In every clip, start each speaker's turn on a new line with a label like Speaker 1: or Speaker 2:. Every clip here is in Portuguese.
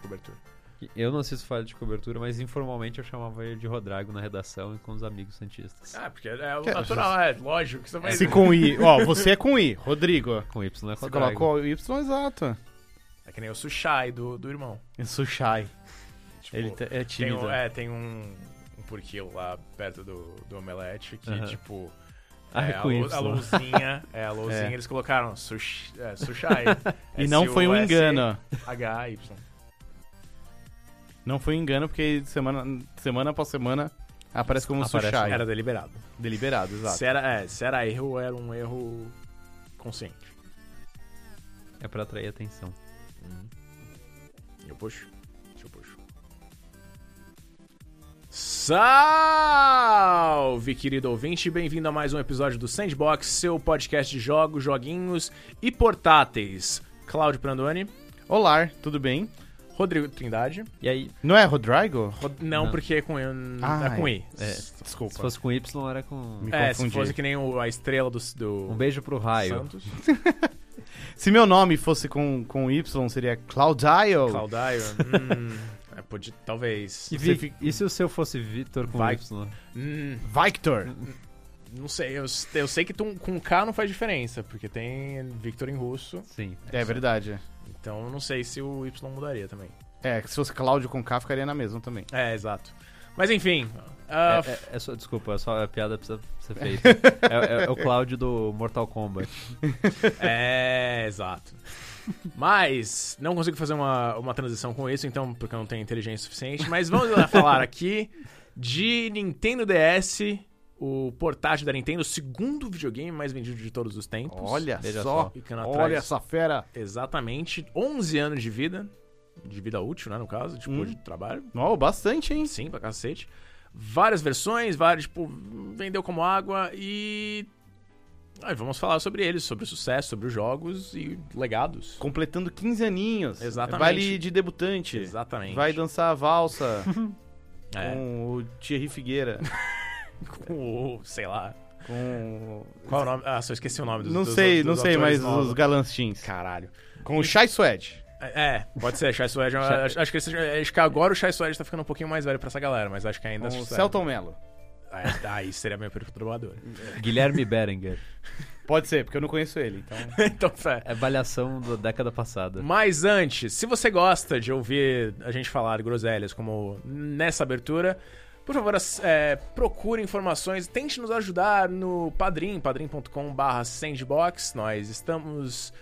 Speaker 1: cobertura.
Speaker 2: Eu não assisto falha de cobertura, mas informalmente eu chamava ele de Rodrigo na redação e com os amigos santistas.
Speaker 3: Ah, porque é o natural, é lógico. Você vai...
Speaker 4: Se com I. Ó, você é com I, Rodrigo.
Speaker 2: Com Y é
Speaker 4: Você
Speaker 2: Rodrigo.
Speaker 4: colocou o Y exato.
Speaker 3: É que nem o Sushai do, do irmão.
Speaker 4: Isso shy.
Speaker 3: Tipo,
Speaker 4: Ele
Speaker 2: tá,
Speaker 4: t- é
Speaker 3: tem
Speaker 4: tímido.
Speaker 3: um, é, tem um, um porquilo lá perto do, do omelete que,
Speaker 2: Aham.
Speaker 3: tipo...
Speaker 2: Ah,
Speaker 3: é,
Speaker 2: com
Speaker 3: a, lu-
Speaker 2: Y.
Speaker 3: a luzinha, é, a luzinha
Speaker 4: né? É.
Speaker 3: eles colocaram sush, é, Sushai.
Speaker 4: E não foi um engano.
Speaker 3: H-Y.
Speaker 4: Não foi um engano, porque semana, semana após semana aparece como
Speaker 2: Aparece,
Speaker 4: Um Sushai.
Speaker 3: Era deliberado.
Speaker 4: deliberado, exato.
Speaker 3: Se era, é, se era erro, era um erro consciente.
Speaker 2: É pra atrair atenção.
Speaker 3: Eu puxo. Deixa eu puxo. Salve, querido ouvinte, bem-vindo a mais um episódio do Sandbox, seu podcast de jogos, joguinhos e portáteis. Cláudio Prandoni,
Speaker 4: Olá, tudo bem?
Speaker 3: Rodrigo Trindade.
Speaker 2: E aí,
Speaker 4: Não é Rodrigo?
Speaker 3: Rod- Não,
Speaker 2: Não.
Speaker 3: porque é com, eu-
Speaker 4: Ah,
Speaker 3: é com I.
Speaker 2: é.
Speaker 4: Desculpa.
Speaker 2: se fosse com Y era com.
Speaker 4: Me
Speaker 3: É, se
Speaker 4: confundi.
Speaker 3: fosse que nem o- a estrela do, do
Speaker 2: Um beijo pro raio.
Speaker 3: Santos.
Speaker 4: Se meu nome fosse com, com Y, seria Claudio.
Speaker 3: Claudaio. hum, é, pode, talvez.
Speaker 2: E,
Speaker 4: Você
Speaker 2: Vi-
Speaker 4: fica-
Speaker 2: e se o seu fosse Vitor com
Speaker 3: Vai.
Speaker 2: Y?
Speaker 3: Hum,
Speaker 4: Victor.
Speaker 3: Não sei, eu, eu sei que tu- com K não faz diferença, porque tem Victor em russo,
Speaker 2: Sim.
Speaker 4: É, verdade.
Speaker 3: então eu não sei se o Y mudaria também.
Speaker 4: É, que se fosse Cláudio com K, ficaria na mesma também.
Speaker 3: É, exato. Mas enfim, ah,
Speaker 2: É, é- é só, desculpa, é só a piada precisa ser feita. É, é- é o Cláudio do Mortal Kombat.
Speaker 3: f- é, exato. Mas não consigo fazer uma, uma transição com isso, então, porque eu não tenho inteligência suficiente. Mas vamos lá falar aqui de Nintendo DS, o portátil da Nintendo, o segundo videogame mais vendido de todos os tempos.
Speaker 4: Olha
Speaker 2: veja
Speaker 4: só.
Speaker 2: só.
Speaker 3: ficando atrás.
Speaker 4: Olha essa fera.
Speaker 3: Exatamente, 11 anos de vida, de vida útil, né, no caso, tipo,
Speaker 4: Hum.
Speaker 3: de trabalho.
Speaker 4: Oh, bastante, hein?
Speaker 3: Sim, pra cacete. Várias versões, vários, tipo, vendeu como água e. Ah, e vamos falar sobre eles, sobre o sucesso, sobre os jogos e legados.
Speaker 4: Completando 15 aninhos.
Speaker 3: Exatamente.
Speaker 4: Baile de debutante.
Speaker 3: Exatamente.
Speaker 4: Vai dançar a valsa
Speaker 3: É,
Speaker 4: com o Thierry Figueira.
Speaker 3: com o. sei lá.
Speaker 4: Com. o-
Speaker 3: Qual é o nome? Ah, só esqueci o nome dos
Speaker 4: Não
Speaker 3: dos-
Speaker 4: sei,
Speaker 3: dos
Speaker 4: não sei,
Speaker 3: atores
Speaker 4: mas
Speaker 3: novos.
Speaker 4: os galanstins.
Speaker 3: Caralho.
Speaker 4: Com o Chai Suede.
Speaker 3: É, é, pode ser, Shai Suede. é uma- acho, acho que esse- acho que agora o Shai Suede tá ficando um pouquinho mais velho pra essa galera, mas acho que
Speaker 4: Com
Speaker 3: ainda.
Speaker 4: o
Speaker 3: sucede.
Speaker 4: Celton Mello.
Speaker 3: É, Aí seria meio perturbador.
Speaker 2: Guilherme Berenger.
Speaker 4: Pode ser, porque eu não conheço ele, então.
Speaker 3: então, é.
Speaker 2: É avaliação da década passada.
Speaker 3: Mas antes, se você gosta de ouvir a gente falar groselhas como nessa abertura, por favor, ass- é, procure informações, tente nos ajudar no Padrim, padrim.com.br sandbox. Nós estamos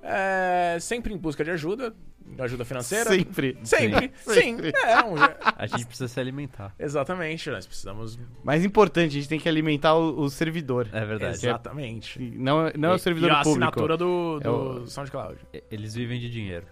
Speaker 3: é, sempre em busca de ajuda, ajuda financeira.
Speaker 4: Sempre.
Speaker 3: Sempre, sim.
Speaker 4: Sempre.
Speaker 3: É, um je-
Speaker 2: A gente precisa se alimentar.
Speaker 3: exatamente, nós precisamos...
Speaker 4: Mais importante, a gente tem que alimentar o, o servidor.
Speaker 2: É verdade.
Speaker 3: Exatamente.
Speaker 4: Não, é- não é o
Speaker 2: E-
Speaker 4: servidor
Speaker 3: e a
Speaker 4: público.
Speaker 3: assinatura do, do
Speaker 4: É o-
Speaker 3: SoundCloud.
Speaker 2: E- Eles vivem de dinheiro.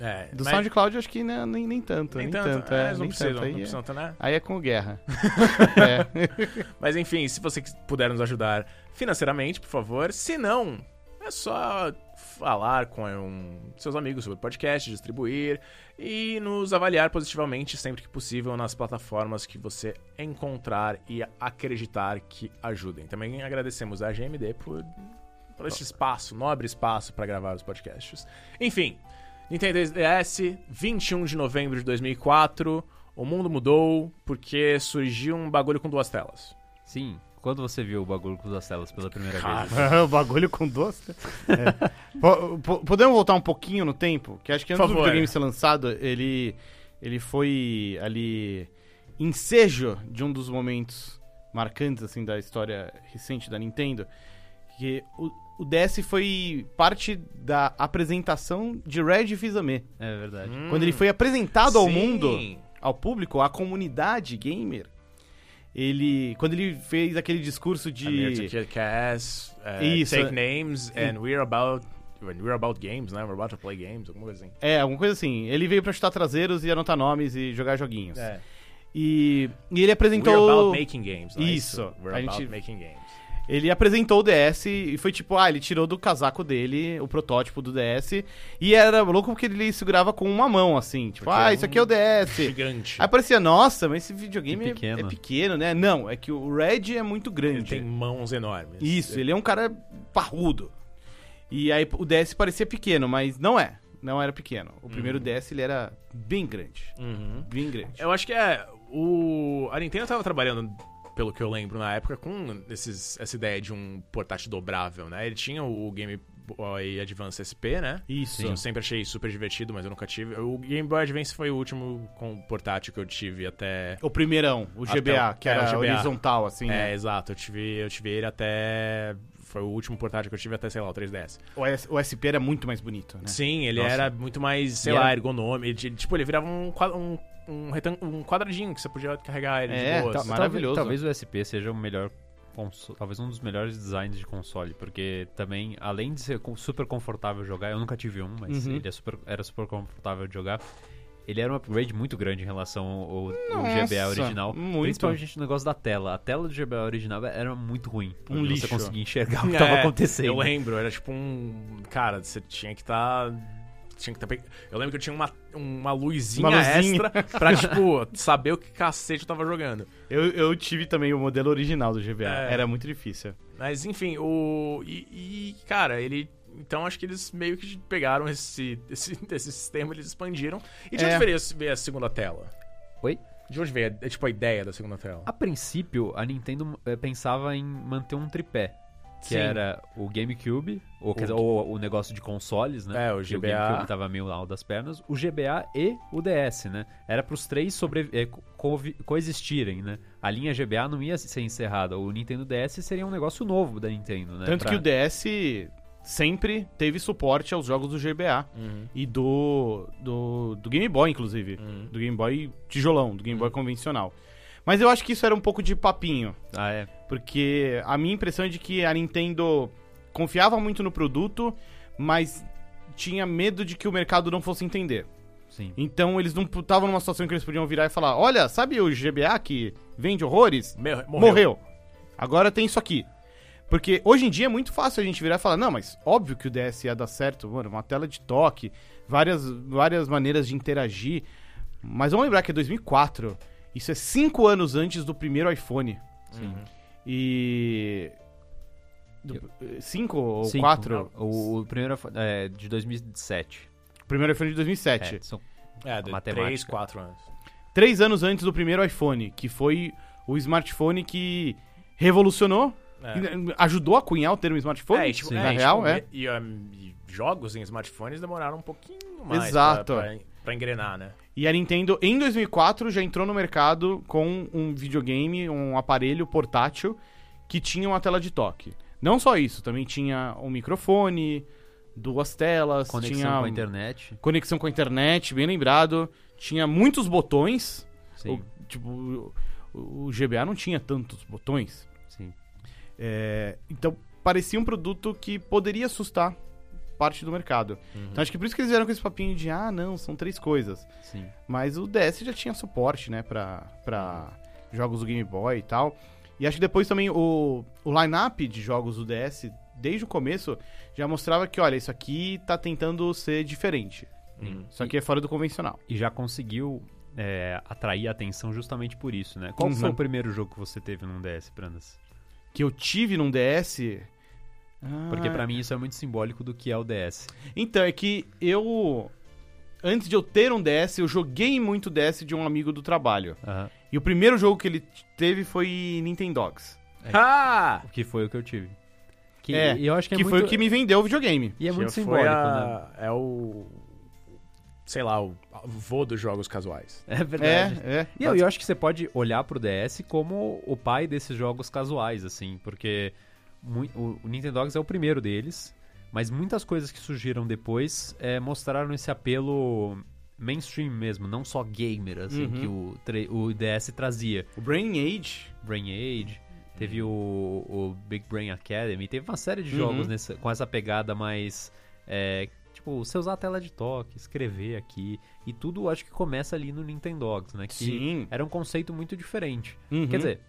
Speaker 3: É,
Speaker 4: Do
Speaker 3: mas-
Speaker 4: SoundCloud, acho que né, nem, nem tanto.
Speaker 3: Nem
Speaker 4: Nem,
Speaker 3: tanto,
Speaker 4: tanto.
Speaker 3: é,
Speaker 4: é,
Speaker 3: eles não
Speaker 4: nem
Speaker 3: precisam,
Speaker 4: tanto.
Speaker 3: não
Speaker 4: Aí, é-
Speaker 3: precisam, tanto, né?
Speaker 4: aí é com o Guerra. é.
Speaker 3: Mas enfim, se você puder nos ajudar financeiramente, por favor. Se não, é só falar com um- seus amigos sobre o podcast, distribuir e nos avaliar positivamente sempre que possível nas plataformas que você encontrar e acreditar que ajudem. Também agradecemos a GMD por, por este espaço, nobre espaço para gravar os podcasts. Enfim, Nintendo DS, 21 de novembro de 2004. O mundo mudou porque surgiu um bagulho com duas telas.
Speaker 2: Sim. Quando você viu o bagulho com as telas pela primeira vez?
Speaker 4: o bagulho com doce. né? É. Po- po- podemos voltar um pouquinho no tempo? Que acho que
Speaker 3: Por
Speaker 4: antes do
Speaker 3: favor. é.
Speaker 4: videogame ser lançado, ele, ele foi ali ensejo de um dos momentos marcantes assim da história recente da Nintendo, que o, o DS foi parte da apresentação de Red Fizame.
Speaker 2: É verdade.
Speaker 4: Quando ele foi apresentado ao
Speaker 3: Hum. Sim.
Speaker 4: mundo, ao público, à comunidade gamer, ele quando ele fez aquele discurso
Speaker 3: I'm here to
Speaker 4: de
Speaker 3: kick ass, uh,
Speaker 4: Isso. é.
Speaker 3: take names, and we're about when we're about games, né? We're about to play games, alguma coisa assim.
Speaker 4: É, alguma coisa assim. Ele veio pra chutar traseiros e anotar nomes e jogar joguinhos.
Speaker 3: É.
Speaker 4: E, e
Speaker 3: We're about
Speaker 4: ele apresentou.
Speaker 3: making games, né?
Speaker 4: Então, Isso.
Speaker 3: We're
Speaker 4: A
Speaker 3: about
Speaker 4: gente-
Speaker 3: making games.
Speaker 4: Ele apresentou o DS e foi tipo, ah, ele tirou do casaco dele o protótipo do DS. E era louco porque ele segurava com uma mão, assim. Tipo,
Speaker 3: Porque
Speaker 4: ah,
Speaker 3: é
Speaker 4: isso
Speaker 3: um
Speaker 4: aqui é o DS.
Speaker 3: Gigante.
Speaker 4: Aí parecia, nossa, mas esse videogame
Speaker 2: Que
Speaker 4: é
Speaker 2: pequeno.
Speaker 4: é pequeno, né? Não, é que o Red é muito grande.
Speaker 3: Ele tem mãos enormes.
Speaker 4: Isso, ele é um cara parrudo. E aí o DS parecia pequeno, mas não é. não era pequeno. O primeiro DS ele era bem grande.
Speaker 3: Uhum.
Speaker 4: Bem grande.
Speaker 3: Eu acho que é. O... A Nintendo tava trabalhando, pelo que eu lembro na época, com esses, essa ideia de um portátil dobrável, né? Ele tinha o Game Boy Advance SP, né?
Speaker 4: Isso.
Speaker 3: Eu sempre achei super divertido, mas eu nunca tive. O Game Boy Advance foi o último com portátil que eu tive até.
Speaker 4: O primeirão, o
Speaker 3: Até
Speaker 4: GBA,
Speaker 3: o-
Speaker 4: que
Speaker 3: é,
Speaker 4: era
Speaker 3: o GBA.
Speaker 4: horizontal, assim,
Speaker 3: É,
Speaker 4: né?
Speaker 3: exato. Eu tive, eu tive ele até. Foi o último portátil que eu tive até, sei lá, o 3DS.
Speaker 4: O, S- o SP era muito mais bonito, né?
Speaker 3: Sim, ele
Speaker 4: Nossa.
Speaker 3: era muito mais, sei
Speaker 4: E
Speaker 3: lá,
Speaker 4: era-
Speaker 3: ergonômico. Ele, tipo, ele virava um, quadra- um, um, retan- um quadradinho que você podia carregar ele de
Speaker 4: É,
Speaker 3: boa.
Speaker 4: tá-
Speaker 3: assim.
Speaker 4: mas- Maravilhoso.
Speaker 2: Talvez, talvez o SP seja o melhor console, talvez um dos melhores designs de console, porque também, além de ser com- super confortável jogar, eu nunca tive um, mas
Speaker 4: Uhum.
Speaker 2: ele é super- era super confortável de jogar. Ele era um upgrade muito grande em relação ao, ao GBA
Speaker 4: Nossa,
Speaker 2: original.
Speaker 4: muito.
Speaker 2: Principalmente no negócio da tela. A tela do GBA original era muito ruim. porque
Speaker 4: Um lixo.
Speaker 2: Você conseguia enxergar o que
Speaker 3: É,
Speaker 2: estava acontecendo.
Speaker 3: Eu lembro, era tipo um. Cara, você tinha que estar. Tinha que tá pe- Eu lembro que eu tinha uma, uma, luzinha
Speaker 4: Uma luzinha.
Speaker 3: extra pra, tipo, saber o que cacete eu tava jogando.
Speaker 4: Eu, eu tive também o modelo original do GBA.
Speaker 3: É.
Speaker 4: Era muito difícil.
Speaker 3: Mas enfim, o. E, e, cara, ele. Então acho que eles meio que pegaram esse, esse, esse sistema, eles expandiram. E de
Speaker 4: É.
Speaker 3: onde veio esse- veio a segunda tela?
Speaker 2: Oi?
Speaker 3: De onde veio a, tipo, a ideia da segunda tela?
Speaker 2: A princípio, a Nintendo eh, pensava em manter um tripé. Que
Speaker 3: Sim.
Speaker 2: era o GameCube, ou, quer dizer, ou o negócio de consoles, né?
Speaker 3: É, o
Speaker 2: Que
Speaker 3: GBA.
Speaker 2: GameCube tava meio lá das pernas. O GBA e o DS, né? Era pros três sobre, eh, co- covi- coexistirem, né? A linha GBA não ia ser encerrada. O Nintendo DS seria um negócio novo da Nintendo, né?
Speaker 4: Tanto
Speaker 2: Pra-
Speaker 4: que o DS sempre teve suporte aos jogos do GBA
Speaker 3: Uhum.
Speaker 4: e do, do, do Game Boy, inclusive.
Speaker 3: Uhum.
Speaker 4: Do Game Boy tijolão, do Game Boy convencional. Mas eu acho que isso era um pouco de papinho.
Speaker 2: Ah, é.
Speaker 4: Porque a minha impressão é de que a Nintendo confiava muito no produto, mas tinha medo de que o mercado não fosse entender.
Speaker 2: Sim.
Speaker 4: Então eles não estavam numa situação que eles podiam virar e falar: Olha, sabe o GBA que vende horrores?
Speaker 3: Meu- morreu.
Speaker 4: Morreu. Agora tem isso aqui. Porque hoje em dia é muito fácil a gente virar e falar: Não, mas óbvio que o DS ia dar certo, mano, uma tela de toque, várias, várias maneiras de interagir. Mas vamos lembrar que é 2004. Isso é cinco anos antes do primeiro iPhone.
Speaker 3: Sim.
Speaker 4: E. do- cinco ou
Speaker 2: Sim,
Speaker 4: quatro?
Speaker 2: O, o primeiro foi- é de 2007.
Speaker 4: Primeiro iPhone de 2007.
Speaker 2: É, são-
Speaker 3: É, de
Speaker 2: matemática.
Speaker 3: 3, 4 anos.
Speaker 4: três anos antes do primeiro iPhone, que foi o smartphone que revolucionou,
Speaker 3: É.
Speaker 4: e- né, ajudou a cunhar o termo smartphone,
Speaker 3: É, e, tipo,
Speaker 4: na
Speaker 3: é, e,
Speaker 4: real,
Speaker 3: tipo,
Speaker 4: é.
Speaker 3: E, e, um, e jogos em smartphones demoraram um pouquinho mais
Speaker 4: Exato.
Speaker 3: Pra, pra- pra engrenar, né?
Speaker 4: E a Nintendo, em 2004, já entrou no mercado com um videogame, um aparelho portátil, que tinha uma tela de toque. Não só isso, também tinha um microfone, duas telas,
Speaker 2: conexão
Speaker 4: tinha
Speaker 2: com a internet.
Speaker 4: conexão com a internet, bem lembrado, tinha muitos botões,
Speaker 2: Sim,
Speaker 4: o- tipo, o- o GBA não tinha tantos botões.
Speaker 2: sim.
Speaker 4: É, então, parecia um produto que poderia assustar parte do mercado. Então, acho que por isso que eles vieram com esse papinho de, ah, não, são três coisas.
Speaker 2: Sim.
Speaker 4: Mas o DS já tinha suporte, né, pra, pra jogos do Game Boy e tal. E acho que depois também o, o line-up de jogos do DS, desde o começo, já mostrava que, olha, isso aqui tá tentando ser diferente.
Speaker 3: Uhum.
Speaker 4: Isso aqui é fora do convencional.
Speaker 2: e já conseguiu é, atrair a atenção justamente por isso, né? Qual
Speaker 4: Uhum.
Speaker 2: foi o primeiro jogo que você teve num DS, Prandas?
Speaker 4: Que eu tive num DS...
Speaker 2: Porque
Speaker 4: Ah,
Speaker 2: pra mim isso é muito simbólico do que é o DS.
Speaker 4: Então, é que eu. Antes de eu ter um DS, eu joguei muito DS de um amigo do trabalho.
Speaker 2: Aham.
Speaker 4: E o primeiro jogo que ele t- teve foi Nintendogs.
Speaker 2: É.
Speaker 3: Ah!
Speaker 2: O que foi o que eu tive. Que,
Speaker 4: É,
Speaker 2: e eu acho que,
Speaker 4: Que,
Speaker 2: é muito,
Speaker 4: foi o que me vendeu o videogame.
Speaker 2: E é muito
Speaker 3: Que foi
Speaker 2: simbólico, né?
Speaker 3: a- É o. Sei lá, o avô dos jogos casuais.
Speaker 2: É verdade.
Speaker 4: É, é.
Speaker 2: E eu, eu acho que você pode olhar pro DS como o pai desses jogos casuais, assim, porque mui- o, o Nintendogs é o primeiro deles, mas muitas coisas que surgiram depois é, mostraram esse apelo mainstream mesmo, não só gamer, assim,
Speaker 4: Uhum.
Speaker 2: que o, tre- o DS trazia.
Speaker 4: O Brain Age.
Speaker 2: Brain Age, teve o, o Big Brain Academy, teve uma série de
Speaker 4: Uhum.
Speaker 2: jogos nessa- com essa pegada mais. é, tipo, você usar a tela de toque, escrever aqui, e tudo acho que começa ali no Nintendogs, né? Que
Speaker 4: Sim.
Speaker 2: era um conceito muito diferente.
Speaker 4: Uhum.
Speaker 2: Quer dizer,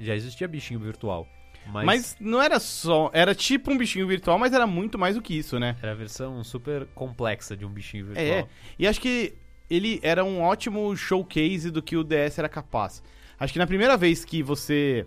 Speaker 2: já existia bichinho virtual, mas,
Speaker 4: Mas... não era só. Era tipo um bichinho virtual, mas era muito mais do que isso, né?
Speaker 2: era a versão super complexa de um bichinho virtual.
Speaker 4: É, é. E acho que ele era um ótimo showcase do que o DS era capaz. Acho que na primeira vez que você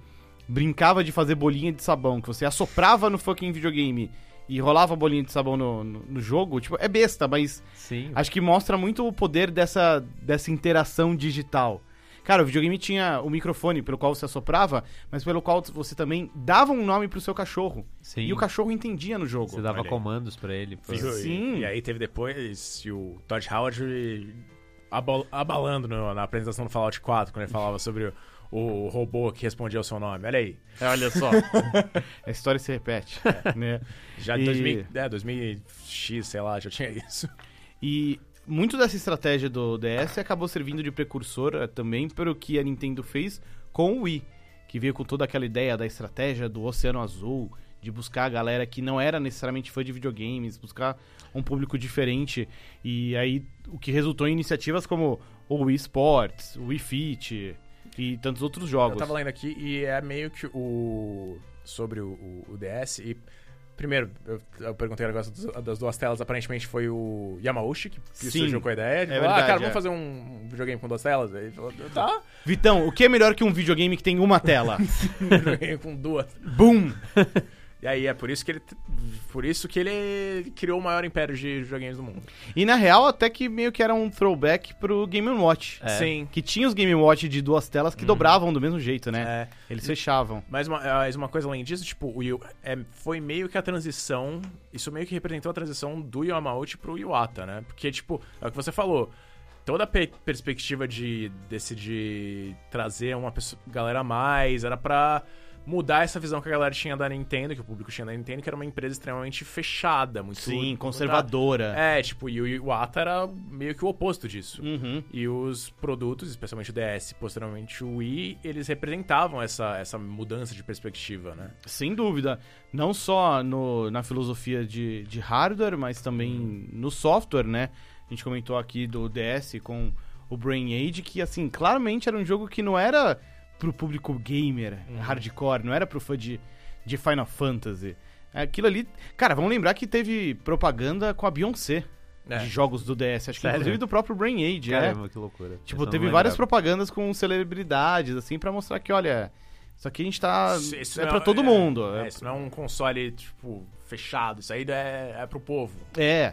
Speaker 4: brincava de fazer bolinha de sabão, que você assoprava no fucking videogame e rolava bolinha de sabão no, no, no jogo, tipo, é besta, mas
Speaker 2: Sim.
Speaker 4: acho que mostra muito o poder dessa, dessa interação digital. Cara, o videogame tinha o microfone pelo qual você assoprava, mas pelo qual você também dava um nome pro seu cachorro.
Speaker 2: Sim.
Speaker 4: E o cachorro entendia no jogo.
Speaker 2: Você dava
Speaker 3: Olha aí.
Speaker 2: comandos pra ele. pô.
Speaker 3: Viu? E-
Speaker 4: Sim.
Speaker 3: E, aí teve depois e o Todd Howard eh, abal- abalando no- na apresentação do Fallout 4, quando ele falava sobre o, o robô que respondia ao seu nome. Olha aí.
Speaker 4: É, Olha só. A história se repete, né?
Speaker 3: Já em
Speaker 4: E-
Speaker 3: 2000, é, 2000 X, sei lá, já tinha isso.
Speaker 4: E muito dessa estratégia do DS acabou servindo de precursor eh, também para o que a Nintendo fez com o Wii, que veio com toda aquela ideia da estratégia do Oceano Azul, de buscar a galera que não era necessariamente fã de videogames, buscar um público diferente. E aí o que resultou em iniciativas como o Wii Sports, o Wii Fit e tantos outros
Speaker 3: Eu
Speaker 4: jogos.
Speaker 3: tava lendo aqui e é meio que o. sobre o, o- o DS. E. Primeiro, eu, eu perguntei o negócio dos- das duas telas, aparentemente foi o Yamauchi que, que
Speaker 4: Sim.
Speaker 3: surgiu com a ideia. Tipo, ah,
Speaker 4: verdade,
Speaker 3: cara,
Speaker 4: é.
Speaker 3: vamos fazer um videogame com duas telas? Aí ele falou, tá,
Speaker 4: Vitão, o que é melhor que um videogame que tem uma tela?
Speaker 3: um videogame com duas.
Speaker 4: Boom!
Speaker 3: E aí é por isso que ele. Por isso que ele criou o maior império de videogames do mundo.
Speaker 4: E na real, até que meio que era um throwback pro Game Watch.
Speaker 3: Sim.
Speaker 4: Que tinha os Game Watch de duas telas que dobravam do mesmo jeito, né?
Speaker 3: É.
Speaker 4: Eles fechavam.
Speaker 3: Mas uma, ah, mas uma coisa além disso, tipo, o Yu- é, foi meio que a transição. Isso meio que representou a transição do Yamauchi pro Iwata, né? Porque, tipo, é o que você falou. Toda a pe- perspectiva de decidir trazer uma pessoa- galera a mais era pra mudar essa visão que a galera tinha da Nintendo, que o público tinha da Nintendo, que era uma empresa extremamente fechada, muito.
Speaker 4: Sim,
Speaker 3: muito-
Speaker 4: conservadora.
Speaker 3: É, tipo, e o Iwata era meio que o oposto disso.
Speaker 4: Uhum.
Speaker 3: E os produtos, especialmente o DS, posteriormente o Wii, eles representavam essa, essa mudança de perspectiva, né?
Speaker 4: Sem dúvida. Não só no- na filosofia de, de hardware, mas também no software, né? A gente comentou aqui do DS com o Brain Age, que, assim, claramente era um jogo que não era pro público gamer, hardcore, não era pro fã de, de Final Fantasy. Aquilo ali. Cara, vamos lembrar que teve propaganda com a Beyoncé
Speaker 3: É.
Speaker 4: de jogos do DS, acho que
Speaker 2: Sério?
Speaker 4: inclusive do próprio Brain Age, é.
Speaker 2: Caramba, que loucura. Essa eu
Speaker 4: Tipo,
Speaker 2: não
Speaker 4: teve
Speaker 2: lembrava.
Speaker 4: várias propagandas com celebridades, assim, pra mostrar que, olha, isso aqui a gente tá.
Speaker 3: Isso- isso
Speaker 4: é
Speaker 3: não
Speaker 4: pra todo mundo.
Speaker 3: É, isso não é um console, tipo, fechado. Isso aí é, é pro povo.
Speaker 4: É.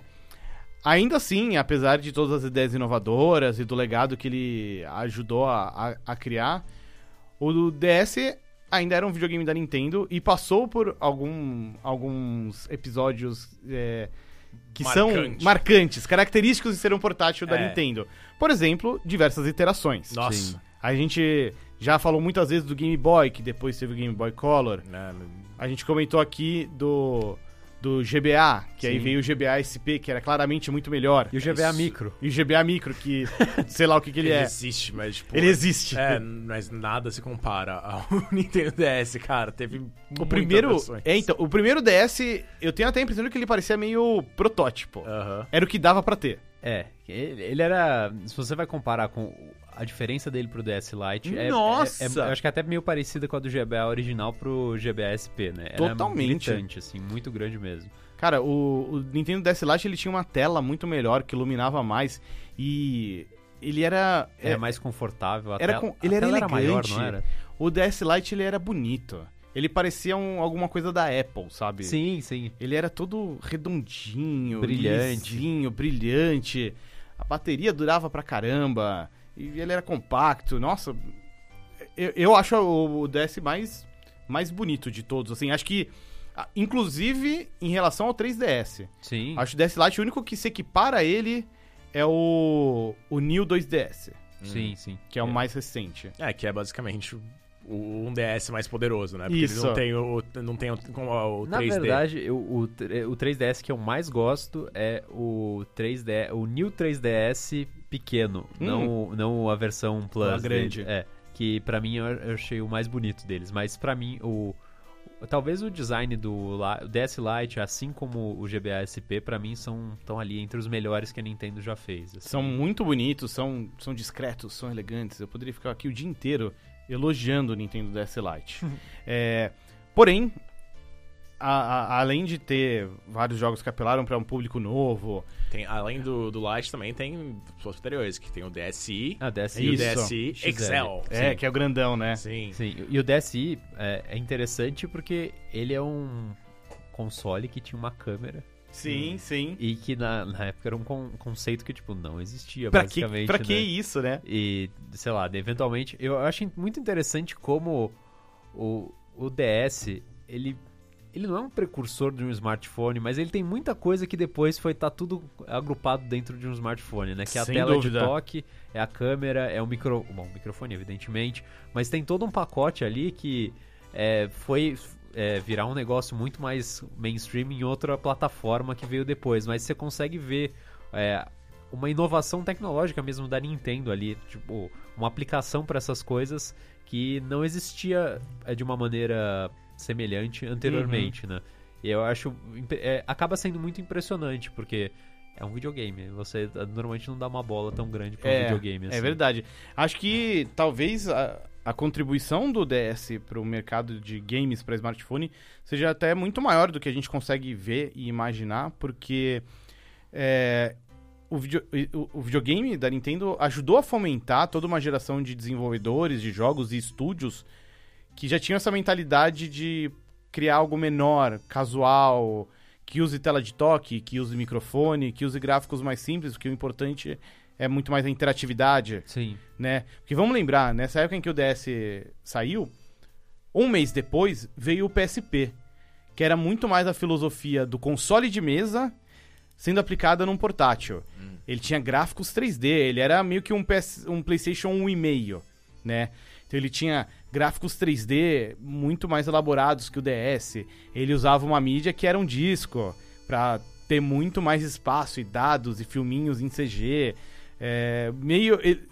Speaker 4: Ainda assim, apesar de todas as ideias inovadoras e do legado que ele ajudou a, a- a criar, o do DS ainda era um videogame da Nintendo e passou por algum- alguns episódios é, que são
Speaker 3: Marcante.
Speaker 4: marcantes, característicos de ser um portátil da
Speaker 3: É.
Speaker 4: Nintendo. Por exemplo, diversas iterações.
Speaker 3: Nossa.
Speaker 4: A gente já falou muitas vezes do Game Boy, que depois teve o Game Boy Color.
Speaker 3: Né?
Speaker 4: A gente comentou aqui do, do GBA, que
Speaker 2: Sim.
Speaker 4: aí veio o GBA SP, que era claramente muito melhor.
Speaker 2: E o GBA Micro.
Speaker 4: E o GBA Micro, que sei lá o que, que ele, é.
Speaker 3: existe, mas, tipo...
Speaker 4: Ele existe.
Speaker 3: É, mas nada se compara ao Nintendo DS, cara. Teve
Speaker 4: O primeiro. É,
Speaker 3: É,
Speaker 4: então, o primeiro DS, eu tenho até a impressão de que ele parecia meio protótipo. Era o que dava pra ter.
Speaker 2: É, ele ele era. Se você vai comparar com a diferença dele pro DS Lite, é-
Speaker 4: Nossa!
Speaker 2: É, é- eu acho que é até meio parecida com a do GBA original pro GBA SP, né? Era
Speaker 4: Totalmente.
Speaker 2: gritante, assim, muito grande mesmo.
Speaker 4: Cara, o, o Nintendo DS Lite ele tinha uma tela muito melhor, que iluminava mais. E ele era.
Speaker 2: Era
Speaker 4: é,
Speaker 2: mais confortável. A
Speaker 4: era
Speaker 2: tela-
Speaker 4: com- ele
Speaker 2: a
Speaker 4: era
Speaker 2: tela maior,
Speaker 4: elegante.
Speaker 2: não era?
Speaker 4: O DS Lite ele era bonito. Ele parecia um- alguma coisa da Apple, sabe?
Speaker 2: Sim, sim.
Speaker 4: Ele era todo redondinho,
Speaker 2: Brilhante.
Speaker 4: lisinho, brilhante. A bateria durava pra caramba. E ele era compacto. Nossa, eu, eu acho o, o DS mais, mais bonito de todos. Assim, acho que, ah, inclusive, em relação ao 3DS.
Speaker 2: Sim.
Speaker 4: Acho o DS Lite o único que se equipara a ele é o, o New 2DS,
Speaker 2: Sim, sim.
Speaker 4: que é, o mais recente.
Speaker 3: É, que é basicamente o- o- um DS mais poderoso, né? Porque
Speaker 4: Isso.
Speaker 3: ele não tem o, não tem o, o, o
Speaker 2: Na
Speaker 3: 3D.
Speaker 2: verdade, eu- o, tre- o 3DS que eu mais gosto é o 3D, o New 3DS pequeno,
Speaker 4: Hum.
Speaker 2: não, não a versão Plus.
Speaker 4: A grande.
Speaker 2: dele. é, que pra mim eu eu achei o mais bonito deles, mas pra mim o talvez o design do la- o DS Lite, assim como o GBA SP, pra mim são estão ali entre os melhores que a Nintendo já fez. assim.
Speaker 4: São muito bonitos, são, são discretos, são elegantes. Eu poderia ficar aqui o dia inteiro elogiando o Nintendo DS Lite. É, porém, a- a- além de ter vários jogos que apelaram para um público novo,
Speaker 3: Tem, além do, do Lite, também tem os posteriores, que tem o DSi
Speaker 2: Ah, DS
Speaker 3: e o
Speaker 4: É Isso.
Speaker 3: DSi
Speaker 2: XL.
Speaker 3: Excel.
Speaker 4: é, que é o grandão, né?
Speaker 3: Sim.
Speaker 2: Sim, e o DSi é, é interessante porque ele é um console que tinha uma câmera.
Speaker 4: Sim, sim.
Speaker 2: E que na, na época era um con- conceito que, tipo, não existia,
Speaker 4: Pra que,
Speaker 2: basicamente.
Speaker 4: pra
Speaker 2: né?
Speaker 4: que isso, né?
Speaker 2: E, sei lá, eventualmente. Eu acho muito interessante como o, o DS, ele. Ele não é um precursor de um smartphone, mas ele tem muita coisa que depois foi tá tudo agrupado dentro de um smartphone, né? Que é a
Speaker 4: Sem
Speaker 2: tela
Speaker 4: dúvida.
Speaker 2: de toque, é a câmera, é o micro, bom, o microfone evidentemente, mas tem todo um pacote ali que é, foi é, virar um negócio muito mais mainstream em outra plataforma que veio depois. Mas você consegue ver é, uma inovação tecnológica mesmo da Nintendo ali, tipo, uma aplicação para essas coisas que não existia é, de uma maneira semelhante
Speaker 4: Uhum.
Speaker 2: anteriormente, né? E eu acho. impre- é, acaba sendo muito impressionante, porque é um videogame. Você ah, normalmente não dá uma bola tão grande pra um
Speaker 4: É,
Speaker 2: videogame assim.
Speaker 4: É verdade. Acho que talvez a, a contribuição do DS para o mercado de games para smartphone seja até muito maior do que a gente consegue ver e imaginar, porque é, o, video- o- o videogame da Nintendo ajudou a fomentar toda uma geração de desenvolvedores, de jogos e estúdios que já tinham essa mentalidade de criar algo menor, casual, que use tela de toque, que use microfone, que use gráficos mais simples, porque o importante é muito mais a interatividade,
Speaker 2: Sim.
Speaker 4: né? Porque vamos lembrar, nessa época em que o DS saiu, um mês depois veio o PSP, que era muito mais a filosofia do console de mesa sendo aplicada num portátil. Ele tinha gráficos 3D, ele era meio que um, PS, um PlayStation 1,5, né? Então ele tinha gráficos 3D muito mais elaborados que o DS. Ele usava uma mídia que era um disco pra ter muito mais espaço e dados e filminhos em CG. É, meio ele-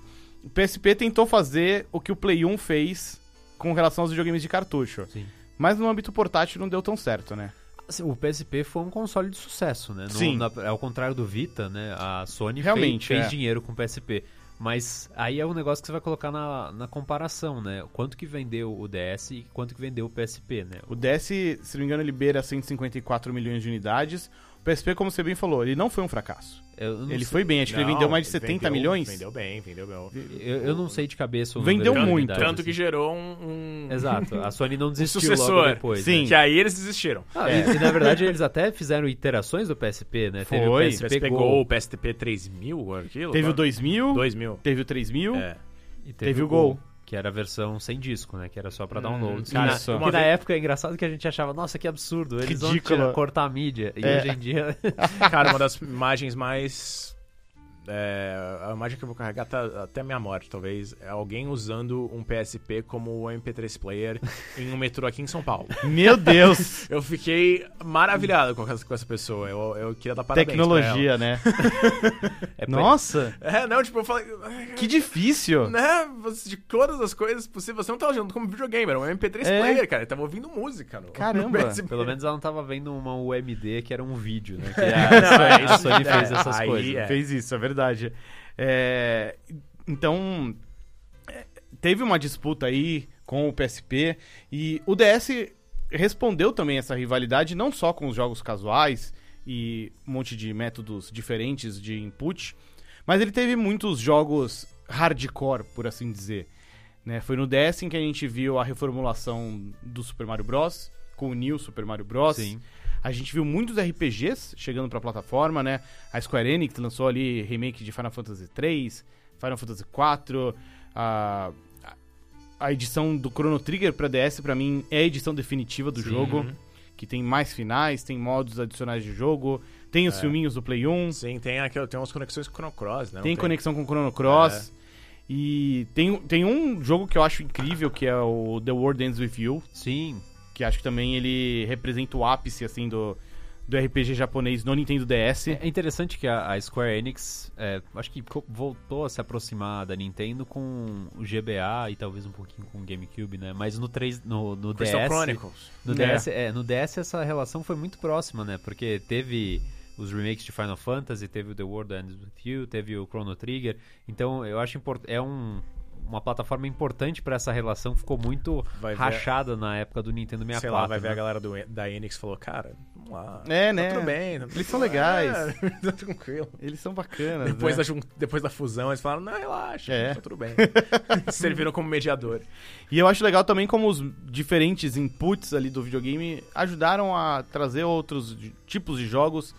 Speaker 4: o PSP tentou fazer o que o Play 1 fez com relação aos videogames de cartucho.
Speaker 2: Sim.
Speaker 4: Mas no âmbito portátil não deu tão certo, né?
Speaker 2: Assim, O PSP foi um console de sucesso, né? Não-
Speaker 4: Sim.
Speaker 2: na- ao contrário do Vita, né? A Sony
Speaker 4: Realmente,
Speaker 2: fez, fez
Speaker 4: é.
Speaker 2: dinheiro com o PSP. Mas aí é um negócio que você vai colocar na, na comparação, né? Quanto que vendeu o DS e quanto que vendeu o PSP, né?
Speaker 4: O DS, se não me engano, ele beira 154 milhões de unidades. O PSP, como você bem falou, ele não foi um fracasso.
Speaker 2: Eu não,
Speaker 4: ele
Speaker 2: sei,
Speaker 4: foi bem, acho que ele
Speaker 3: Não,
Speaker 4: vendeu mais de 70
Speaker 3: vendeu-
Speaker 4: milhões.
Speaker 3: Vendeu bem, vendeu bem.
Speaker 2: eu, eu não sei de cabeça o
Speaker 4: Vendeu
Speaker 2: número de
Speaker 4: muito.
Speaker 2: unidades,
Speaker 3: Tanto que
Speaker 2: assim.
Speaker 3: gerou um. um-
Speaker 2: Exato, a Sony não desistiu logo
Speaker 3: sucessor. é.
Speaker 2: depois.
Speaker 4: Sim.
Speaker 2: né?
Speaker 3: Que aí eles desistiram. É.
Speaker 2: Ah,
Speaker 4: é.
Speaker 2: e- E, na verdade eles até fizeram iterações do PSP, né? Teve o
Speaker 4: Foi,
Speaker 2: PSP,
Speaker 3: PSP
Speaker 2: Go,
Speaker 3: Gol, PSTP 3000, aquilo?
Speaker 4: Teve o 2000,
Speaker 3: 2000.
Speaker 4: teve o 3000.
Speaker 3: É.
Speaker 2: e teve,
Speaker 4: Teve o Gol.
Speaker 2: Que era a versão sem disco, né? Que era só pra download.
Speaker 4: cara,
Speaker 2: que na,
Speaker 4: uma
Speaker 2: que na
Speaker 3: vez-
Speaker 2: época é engraçado que a gente achava, nossa, que absurdo, eles
Speaker 4: Ridículo.
Speaker 2: vão tirar- cortar a mídia. E
Speaker 3: É.
Speaker 2: hoje em dia. é
Speaker 3: Cara, uma das imagens mais. é, a imagem que eu vou carregar tá- até a minha morte, talvez. É alguém usando um PSP como MP3 player em um metrô aqui em São Paulo.
Speaker 4: Meu Deus!
Speaker 3: Eu fiquei maravilhado com essa, com essa pessoa. Eu, eu queria dar parabéns. pra
Speaker 4: Tecnologia, né?
Speaker 2: é pra-
Speaker 4: Nossa,
Speaker 3: ela. É, não, tipo, eu falei. "Ai,
Speaker 4: que difícil!
Speaker 3: Né? Você- De todas as coisas possíveis, você não tava jogando como videogame, era um MP3
Speaker 4: É.
Speaker 3: player, cara. Ele tava ouvindo música. No, no
Speaker 4: Caramba.
Speaker 3: PSP.
Speaker 2: Pelo menos ela não tava vendo uma UMD que era um vídeo, né? Que
Speaker 3: Não,
Speaker 2: a,
Speaker 3: é
Speaker 2: a Sony
Speaker 3: isso,
Speaker 2: fez
Speaker 3: é,
Speaker 2: essas
Speaker 3: aí
Speaker 2: coisas.
Speaker 3: é.
Speaker 4: Fez isso, é verdade. É, então, é, teve uma disputa aí com o PSP e o DS respondeu também essa rivalidade, não só com os jogos casuais e um monte de métodos diferentes de input, mas ele teve muitos jogos hardcore, por assim dizer. né? Foi no DS em que a gente viu a reformulação do Super Mario Bros. com o New Super Mario Bros.
Speaker 2: Sim.
Speaker 4: A gente viu muitos RPGs chegando pra plataforma, né? A Square Enix lançou ali remake de Final Fantasy III, Final Fantasy IV, a, a edição do Chrono Trigger pra DS, pra mim, é a edição definitiva do jogo. Que tem mais finais, tem modos adicionais de jogo, tem os filminhos do Play 1,
Speaker 3: Sim, tem, aqui, tem umas conexões com o Chrono Cross, né? Não
Speaker 4: tem conexão com o Chrono Cross. E tem, tem um jogo que eu acho incrível, que é o The World Ends With You,
Speaker 2: Sim.
Speaker 4: que acho que também ele representa o ápice, assim, do, do RPG japonês no Nintendo DS.
Speaker 2: É interessante que a, a Square Enix, é, acho que co- voltou a se aproximar da Nintendo com o GBA e talvez um pouquinho com o GameCube, né? Mas no 3, no, no DS,
Speaker 3: Crystal Chronicles.
Speaker 2: no
Speaker 4: É.
Speaker 2: DS, é, no DS essa relação foi muito próxima, né? Porque teve os remakes de Final Fantasy, teve o The World Ends With You, teve o Chrono Trigger. Então, eu acho importante é um uma plataforma importante pra essa relação ficou muito
Speaker 3: Vai ver-
Speaker 2: rachada na época do Nintendo 64.
Speaker 3: Sei lá, vai
Speaker 2: né?
Speaker 3: ver a galera do, da Enix e falou, cara, vamos lá.
Speaker 4: É,
Speaker 3: Tá
Speaker 4: né?
Speaker 3: tudo bem. tá-
Speaker 4: Eles são legais.
Speaker 3: É, tá tranquilo.
Speaker 4: Eles são bacanas.
Speaker 2: é.
Speaker 3: Depois,
Speaker 4: né?
Speaker 3: da, jun- depois da fusão, eles falaram, não, relaxa,
Speaker 4: É.
Speaker 3: tá tudo bem. Serviram como mediador.
Speaker 4: E eu acho legal também como os diferentes inputs ali do videogame ajudaram a trazer outros de- tipos de jogos.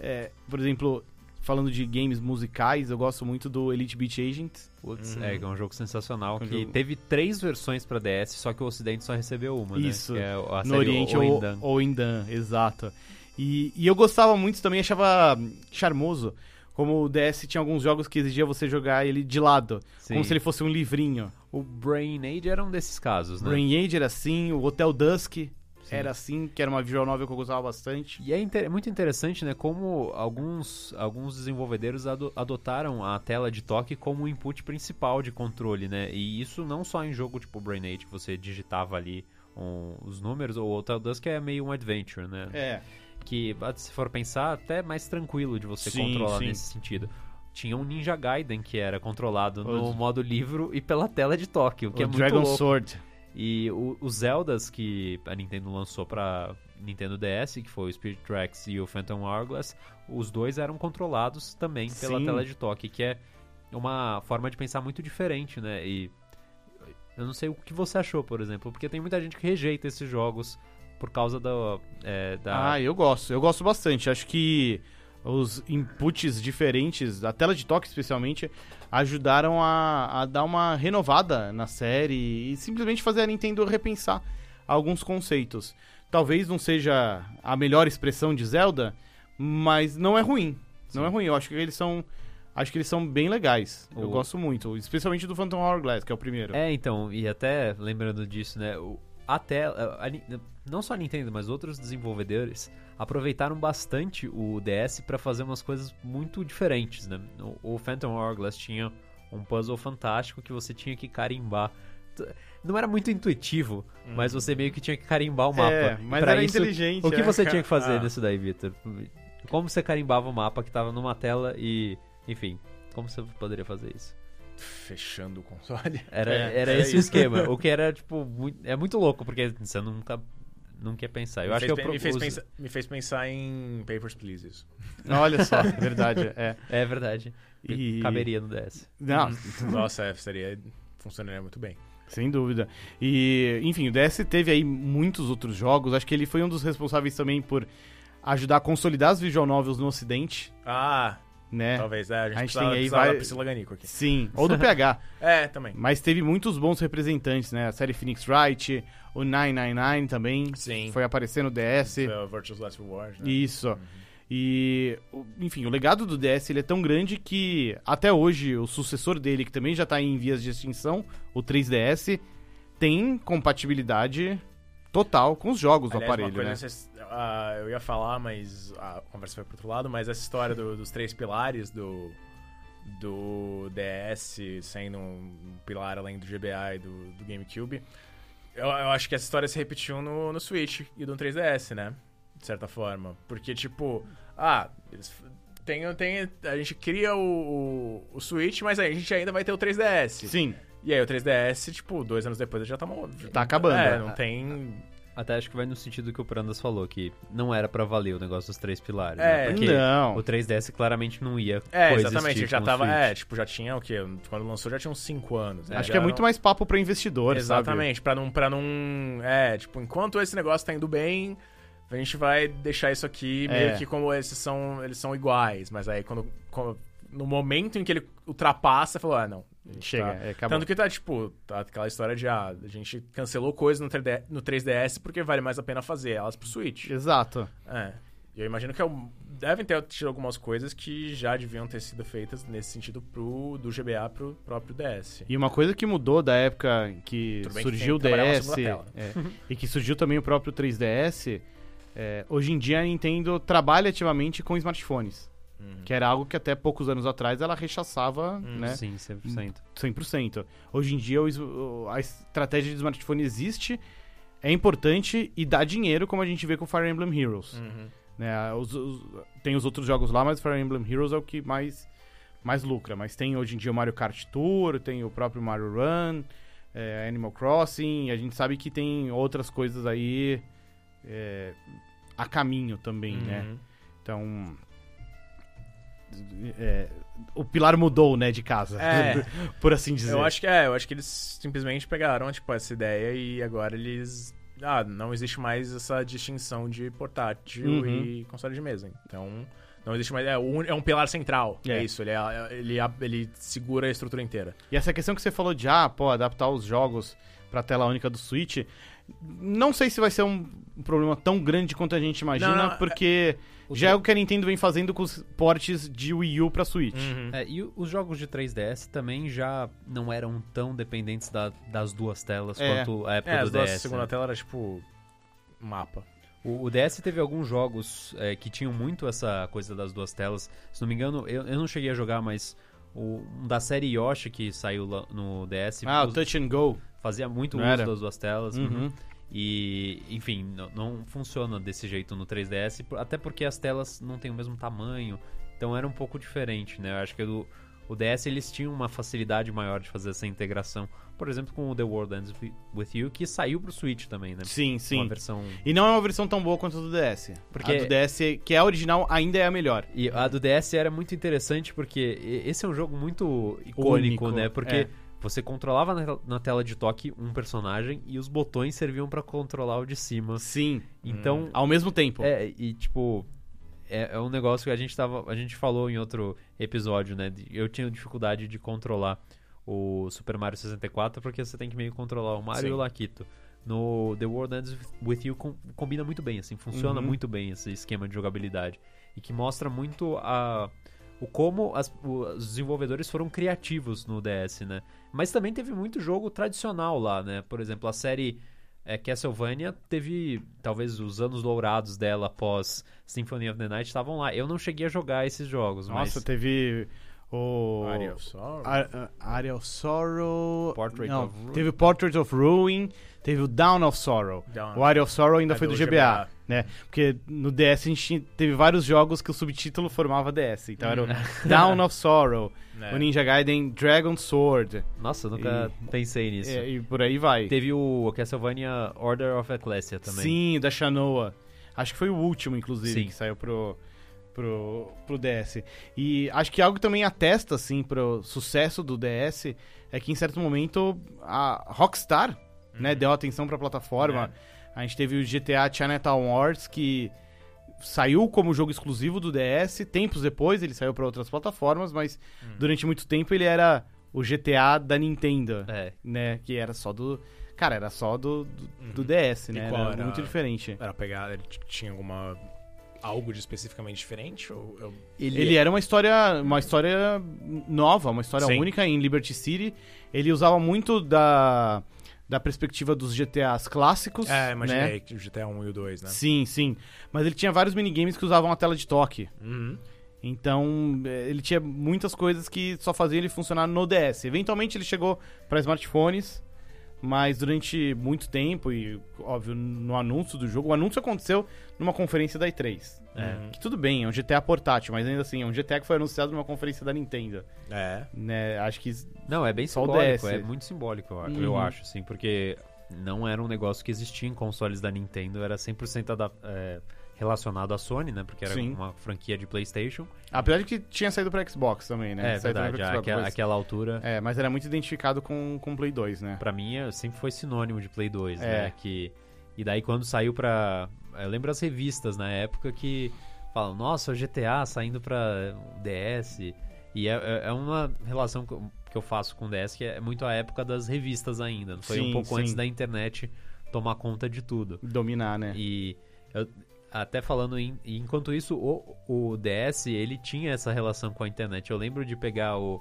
Speaker 4: É, por exemplo, falando de games musicais, eu gosto muito do Elite Beat Agent.
Speaker 2: Putz, é, que é um jogo sensacional.
Speaker 4: É um
Speaker 2: que
Speaker 4: Uhum. jogo-
Speaker 2: teve três versões pra DS, só que o Ocidente só recebeu uma, né?
Speaker 4: Isso.
Speaker 2: Que é a
Speaker 4: no
Speaker 2: série
Speaker 4: Oriente ou,
Speaker 2: Oendan.
Speaker 4: ou Indan, exato. E, e eu gostava muito também, achava hum, charmoso. Como o DS tinha alguns jogos que exigia você jogar ele de lado,
Speaker 2: Sim.
Speaker 4: como se ele fosse um livrinho.
Speaker 2: O Brain Age era um desses casos, né?
Speaker 4: Brain Age era assim, o Hotel Dusk era assim, que era uma visual novel que eu gostava bastante.
Speaker 2: E é inte- muito interessante, né, como alguns, alguns desenvolvedores ado- adotaram a tela de toque como input principal de controle, né? E isso não só em jogo tipo Brain Age, que você digitava ali um- os números, ou Hotel Dusk é meio um adventure, né?
Speaker 4: É.
Speaker 2: Que, ah, se for pensar, até é mais tranquilo de você
Speaker 4: Sim,
Speaker 2: controlar
Speaker 4: sim.
Speaker 2: nesse sentido. Tinha um Ninja Gaiden que era controlado no
Speaker 4: Os-
Speaker 2: modo livro e pela tela de toque, o que
Speaker 4: o
Speaker 2: é muito
Speaker 4: Dragon
Speaker 2: louco.
Speaker 4: Sword.
Speaker 2: E o- os Zeldas que a Nintendo lançou pra Nintendo DS, que foi o Spirit Tracks e o Phantom Hourglass, os dois eram controlados também pela
Speaker 4: Sim.
Speaker 2: tela de toque, que é uma forma de pensar muito diferente, né? E eu não sei o que você achou, por exemplo, porque tem muita gente que rejeita esses jogos por causa da, é, da
Speaker 4: Ah, eu gosto. Eu gosto bastante. Acho que os inputs diferentes, a tela de toque especialmente, ajudaram a, a dar uma renovada na série e simplesmente fazer a Nintendo repensar alguns conceitos. Talvez não seja a melhor expressão de Zelda, mas não é ruim. Não é ruim. Eu acho que eles são. Acho que eles são bem legais. Eu
Speaker 2: O-
Speaker 4: gosto muito. Especialmente do Phantom Hourglass, que é o primeiro.
Speaker 2: É, então, e até lembrando disso, né? o- A tela. a Ni- não só a Nintendo, mas outros desenvolvedores aproveitaram bastante o DS pra fazer umas coisas muito diferentes, né? O, o Phantom Hourglass tinha um puzzle fantástico que você tinha que carimbar. T- Não era muito intuitivo, mas você meio que tinha que carimbar o mapa.
Speaker 4: Uhum. É,
Speaker 2: E
Speaker 4: mas
Speaker 2: pra
Speaker 4: era
Speaker 2: isso,
Speaker 4: inteligente.
Speaker 2: O que
Speaker 4: é.
Speaker 2: você tinha que fazer
Speaker 3: Ah.
Speaker 2: nisso daí, Victor? Como você carimbava o mapa que tava numa tela e. Enfim, como você poderia fazer isso?
Speaker 3: Fechando o console.
Speaker 2: Era,
Speaker 4: É,
Speaker 2: era
Speaker 4: era
Speaker 2: esse o
Speaker 4: isso.
Speaker 2: esquema. O que era, tipo, muito, é muito louco, porque você nunca, nunca ia pensar. Ah, Eu
Speaker 3: me,
Speaker 2: acho
Speaker 3: fez,
Speaker 2: que eu
Speaker 3: pe- me, fez
Speaker 2: propus-
Speaker 3: pensa- me fez pensar em Papers, Please. isso.
Speaker 4: Olha só, verdade. É.
Speaker 2: É verdade.
Speaker 4: E-
Speaker 2: Caberia no DS.
Speaker 4: Não,
Speaker 3: Nossa, é, seria... Funcionaria muito bem.
Speaker 4: sem dúvida. E, enfim, o DS teve aí muitos outros jogos. Acho que ele foi um dos responsáveis também por ajudar a consolidar as visual novels no ocidente,
Speaker 3: Ah,
Speaker 4: né?
Speaker 3: talvez. É, a gente,
Speaker 4: A gente
Speaker 3: precisava,
Speaker 4: tem aí
Speaker 3: precisava
Speaker 4: vai-
Speaker 3: da Priscila Ganico aqui.
Speaker 4: Sim, ou do PH.
Speaker 3: É, também.
Speaker 4: Mas teve muitos bons representantes, né? A série Phoenix Wright, o 999 também
Speaker 3: Sim.
Speaker 4: foi aparecer no DS.
Speaker 3: Uh, Virtuous Last Reward, né?
Speaker 4: Isso. E, o- enfim, o legado do DS ele é tão grande que até hoje o sucessor dele, que também já tá em vias de extinção, o 3DS, tem compatibilidade total com os jogos do
Speaker 3: Aliás, uma
Speaker 4: aparelho,
Speaker 3: coisa,
Speaker 4: né?
Speaker 3: vocês- ah, eu ia falar, mas a conversa foi pro outro lado, mas essa história do- dos três pilares do, do DS sendo um pilar além do GBA e do, do GameCube, eu, eu acho que essa história se repetiu no, no Switch e no 3DS, né? De certa forma. Porque, tipo, ah, eles f- tem, tem, a gente cria o, o, o Switch, mas aí a gente ainda vai ter o 3DS.
Speaker 4: Sim,
Speaker 3: E aí o 3DS, tipo, dois anos depois ele já tá mó-
Speaker 4: Tá acabando,
Speaker 3: É,
Speaker 4: né?
Speaker 3: não tem...
Speaker 2: Até acho que vai no sentido que o Prandas falou, que não era pra valer o negócio dos três pilares.
Speaker 3: É,
Speaker 2: né? Porque
Speaker 4: não.
Speaker 2: o 3DS claramente não ia
Speaker 3: É,
Speaker 2: coexistir
Speaker 3: exatamente.
Speaker 2: com
Speaker 3: Já
Speaker 2: o
Speaker 3: tava.
Speaker 2: Switch.
Speaker 3: É, tipo, já tinha o quê? Quando lançou já tinha uns 5 anos. né?
Speaker 4: acho
Speaker 3: Já
Speaker 4: que é
Speaker 3: não-
Speaker 4: muito mais papo pra investidor, sabe?
Speaker 3: Exatamente. Pra não, pra não. É, tipo, enquanto esse negócio tá indo bem, a gente vai deixar isso aqui meio
Speaker 4: É.
Speaker 3: que como esses são. Eles são iguais. Mas aí quando. quando- no momento em que ele ultrapassa, falou, ah, não. a gente
Speaker 4: Chega,
Speaker 3: tá-
Speaker 4: é, acabou.
Speaker 3: Tanto que tá, tipo, tá aquela história de, ah, a gente cancelou coisas no 3D no 3DS porque vale mais a pena fazer elas pro Switch.
Speaker 4: Exato.
Speaker 3: É. E Eu imagino que é um- devem ter tido algumas coisas que já deviam ter sido feitas nesse sentido pro, do GBA pro próprio DS.
Speaker 4: E uma coisa que mudou da época que
Speaker 3: Tudo bem que
Speaker 4: surgiu o
Speaker 3: tem que trabalhar
Speaker 4: DS
Speaker 3: na segunda
Speaker 4: é, e que surgiu também o próprio 3DS, é, hoje em dia a Nintendo trabalha ativamente com smartphones. Que era algo que até poucos anos atrás ela rechaçava, né?
Speaker 2: Sim, 100%.
Speaker 4: 100%. Hoje em dia o es- o- a estratégia de smartphone existe, é importante e dá dinheiro, como a gente vê com Fire Emblem Heroes.
Speaker 3: Uhum.
Speaker 4: né? Os- os- tem os outros jogos lá, mas Fire Emblem Heroes é o é que mais mais lucra. Mas tem hoje em dia o Mario Kart Tour, tem o próprio Mario Run, é, Animal Crossing. A gente sabe que tem outras coisas aí é, a caminho também, né?
Speaker 3: Uhum.
Speaker 4: Então. é, o pilar mudou, né, de casa.
Speaker 3: É.
Speaker 4: por assim dizer.
Speaker 3: Eu acho que é, eu acho que eles simplesmente pegaram, tipo, essa ideia e agora eles. Ah, não existe mais essa distinção de portátil
Speaker 4: Uhum.
Speaker 3: e console de mesa. Então, não existe mais. É, um é um pilar central. É,
Speaker 4: É.
Speaker 3: isso, ele, é- ele, ele segura a estrutura inteira.
Speaker 4: E essa questão que você falou de, ah, pô, adaptar os jogos pra tela única do Switch, não sei se vai ser um problema tão grande quanto a gente imagina,
Speaker 3: Não, não,
Speaker 4: porque já é o que a Nintendo vem fazendo com os portes de Wii U pra Switch.
Speaker 3: Uhum.
Speaker 2: É, e o- os jogos de 3DS também já não eram tão dependentes da- das duas telas
Speaker 4: É.
Speaker 2: quanto a época
Speaker 3: É,
Speaker 2: do
Speaker 3: as duas,
Speaker 2: DS.
Speaker 3: segunda
Speaker 2: né?
Speaker 3: tela era tipo. Mapa.
Speaker 2: O, o DS teve alguns jogos é, que tinham muito essa coisa das duas telas. Se não me engano, eu, eu não cheguei a jogar, mas o, um da série Yoshi que saiu lá no DS
Speaker 4: ah, o
Speaker 2: us-
Speaker 4: Touch and Go.
Speaker 2: fazia muito
Speaker 4: Não
Speaker 2: uso
Speaker 4: era?
Speaker 2: das duas telas.
Speaker 4: Uhum.
Speaker 2: E, enfim, n- não funciona desse jeito no 3DS, por- até porque as telas não têm o mesmo tamanho, então era um pouco diferente, né? Eu acho que o, o DS eles tinham uma facilidade maior de fazer essa integração, por exemplo, com o The World Ends Wi- With You, que saiu pro Switch também, né?
Speaker 4: Sim,
Speaker 2: Uma
Speaker 4: sim.
Speaker 2: versão...
Speaker 4: E não é uma versão tão boa quanto a do DS.
Speaker 2: Porque-
Speaker 4: A do DS, que é a original, ainda é a melhor.
Speaker 2: E a do DS era muito interessante porque e- esse é um jogo muito icônico,
Speaker 4: Único,
Speaker 2: né? Porque
Speaker 4: é.
Speaker 2: você controlava na, tel- na tela de toque um personagem e os botões serviam pra controlar o de cima.
Speaker 4: Sim.
Speaker 2: Então,
Speaker 4: Ao mesmo tempo.
Speaker 2: É, e tipo, é, é um negócio que a gente tava. A gente falou em outro episódio, né? de- Eu tinha dificuldade de controlar o Super Mario 64, porque você tem que meio que controlar o Mario
Speaker 3: Sim.
Speaker 2: e o Laquito. No The World Ends With You com- combina muito bem, assim, funciona
Speaker 4: Uhum.
Speaker 2: muito bem esse esquema de jogabilidade. E que mostra muito a. O como as- o- os desenvolvedores foram criativos no DS, né? Mas também teve muito jogo tradicional lá, né? Por exemplo, a série é, Castlevania teve, talvez, os anos dourados dela após Symphony of the Night estavam lá. Eu não cheguei a jogar esses jogos,
Speaker 4: Nossa,
Speaker 2: mas...
Speaker 4: teve o...
Speaker 3: Area of Sorrow.
Speaker 4: A- a- Area of Sorrow.
Speaker 2: Portrait
Speaker 4: não,
Speaker 2: of Ruin.
Speaker 4: Teve o Portrait of Ruin, teve o Down of Sorrow.
Speaker 3: Down.
Speaker 4: O Area of Sorrow ainda
Speaker 3: É
Speaker 4: foi do,
Speaker 3: do
Speaker 4: GBA,
Speaker 3: GBA.
Speaker 4: né? Porque no DS a gente teve vários jogos que o subtítulo formava DS. Então era o Down of Sorrow,
Speaker 3: É.
Speaker 4: o Ninja Gaiden Dragon Sword,
Speaker 2: Nossa, eu nunca pensei nisso.
Speaker 4: é, e por aí vai.
Speaker 2: Teve o Castlevania Order of Ecclesia também.
Speaker 4: Sim, da Shanoa. Acho que foi o último, inclusive,
Speaker 2: Sim.
Speaker 4: que saiu pro, pro, pro DS. E acho que algo que também atesta, assim, pro sucesso do DS é que em certo momento a Rockstar,
Speaker 2: Uhum.
Speaker 4: né, deu atenção pra plataforma.
Speaker 2: É.
Speaker 4: A gente teve o GTA Chinatown Wars, que saiu como jogo exclusivo do DS. Tempos depois ele saiu pra outras plataformas, mas
Speaker 2: Hum.
Speaker 4: durante muito tempo ele era o GTA da Nintendo
Speaker 2: É,
Speaker 4: né? Que era só do. Cara, era só do, do, do DS, né?
Speaker 3: Uhum. qual
Speaker 4: Era
Speaker 3: era?
Speaker 4: muito diferente.
Speaker 3: Era pegada, ele t- tinha alguma. algo de especificamente diferente? Ou eu-
Speaker 4: Ele... é
Speaker 3: é
Speaker 4: um
Speaker 3: um
Speaker 4: era uma história, uma história nova, uma história
Speaker 3: Sim.
Speaker 4: única em Liberty City. Ele usava muito da, da perspectiva dos GTAs clássicos.
Speaker 3: É,
Speaker 4: Né?
Speaker 3: imaginei que o GTA 1 e o 2, né?
Speaker 4: Sim, sim. Mas ele tinha vários minigames que usavam a tela de toque.
Speaker 3: Uhum.
Speaker 4: Então, eh, ele tinha muitas coisas que só faziam ele funcionar no DS. Eventualmente ele chegou para smartphones, mas durante muito tempo e óbvio no anúncio do jogo, o anúncio aconteceu numa conferência da E3. né?
Speaker 2: Uhum.
Speaker 4: Que tudo bem, é um GTA portátil, mas ainda assim, é um GTA que foi anunciado numa conferência da Nintendo,
Speaker 3: É.
Speaker 4: né? Acho que s-
Speaker 2: Não, é bem
Speaker 4: Só o
Speaker 2: simbólico,
Speaker 4: DS.
Speaker 2: é muito simbólico, eu acho-
Speaker 4: Uhum.
Speaker 2: eu acho, assim, porque não era um negócio que existia em consoles da Nintendo, era 100% adap- é, relacionado à Sony, né, porque era
Speaker 4: Sim.
Speaker 2: uma franquia de Playstation.
Speaker 4: apesar de que tinha saído para Xbox também, né?
Speaker 2: É,
Speaker 4: Saiu pra
Speaker 2: verdade,
Speaker 4: Xbox
Speaker 2: aquela,
Speaker 4: depois.
Speaker 2: aquela altura,
Speaker 4: É, mas era muito identificado com com o Play 2, né?
Speaker 2: pra mim, é- sempre foi sinônimo de Play 2,
Speaker 4: É.
Speaker 2: né, que... E daí quando saiu pra... Eu lembro as revistas na época que falam, nossa, o GTA saindo pra DS... E é, é- é uma relação que eu- que eu faço com o DS que é muito a época das revistas ainda. Foi
Speaker 4: Sim,
Speaker 2: um pouco
Speaker 4: sim.
Speaker 2: antes da internet tomar conta de tudo.
Speaker 4: Dominar, né?
Speaker 2: E eu- até falando em, e enquanto isso, o, o DS ele tinha essa relação com a internet. Eu lembro de pegar o,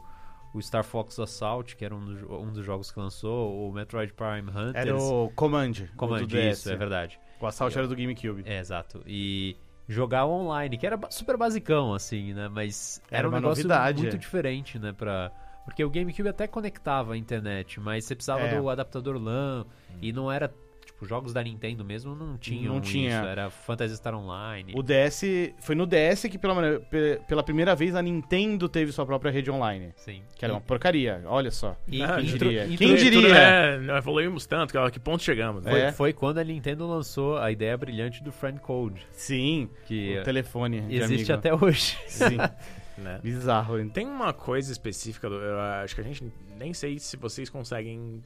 Speaker 2: o Star Fox Assault, que era um, dos- um dos jogos que lançou, o Metroid Prime Hunters.
Speaker 4: Era o Command, o
Speaker 2: Command,
Speaker 4: do DS.
Speaker 2: isso, é verdade.
Speaker 4: O Assault era do GameCube.
Speaker 2: É, exato. E jogar online, que era ba- super basicão, assim, né? Mas
Speaker 4: Era
Speaker 2: era, um
Speaker 4: uma
Speaker 2: negócio
Speaker 4: novidade,
Speaker 2: muito
Speaker 4: é.
Speaker 2: diferente, né? Pra... Porque o GameCube até conectava a internet, mas você precisava
Speaker 4: É.
Speaker 2: do adaptador LAN e não era Tipo, jogos da Nintendo mesmo não tinham
Speaker 4: Não tinha.
Speaker 2: isso. Era Phantasy Star Online.
Speaker 4: O DS. Foi no DS que pela, mane- pe- pela primeira vez a Nintendo teve sua própria rede online.
Speaker 2: Sim.
Speaker 4: Que era uma porcaria, olha só.
Speaker 2: E-
Speaker 3: Ah,
Speaker 2: e-
Speaker 4: quem
Speaker 2: intro-
Speaker 4: diria?
Speaker 2: intro-
Speaker 4: Quem
Speaker 3: Tudo-
Speaker 4: diria? né?
Speaker 3: tudo é, não evoluímos tanto, que, ó, que ponto chegamos, né?
Speaker 2: Foi,
Speaker 4: É.
Speaker 2: foi quando a Nintendo lançou a ideia brilhante do Friend Code,
Speaker 4: Sim,
Speaker 2: que
Speaker 4: o telefone. de
Speaker 2: existe
Speaker 4: amigo.
Speaker 2: até hoje.
Speaker 4: Sim,
Speaker 3: Né?
Speaker 4: bizarro.
Speaker 3: Tem uma coisa específica, do- eu acho que a gente nem sei se vocês conseguem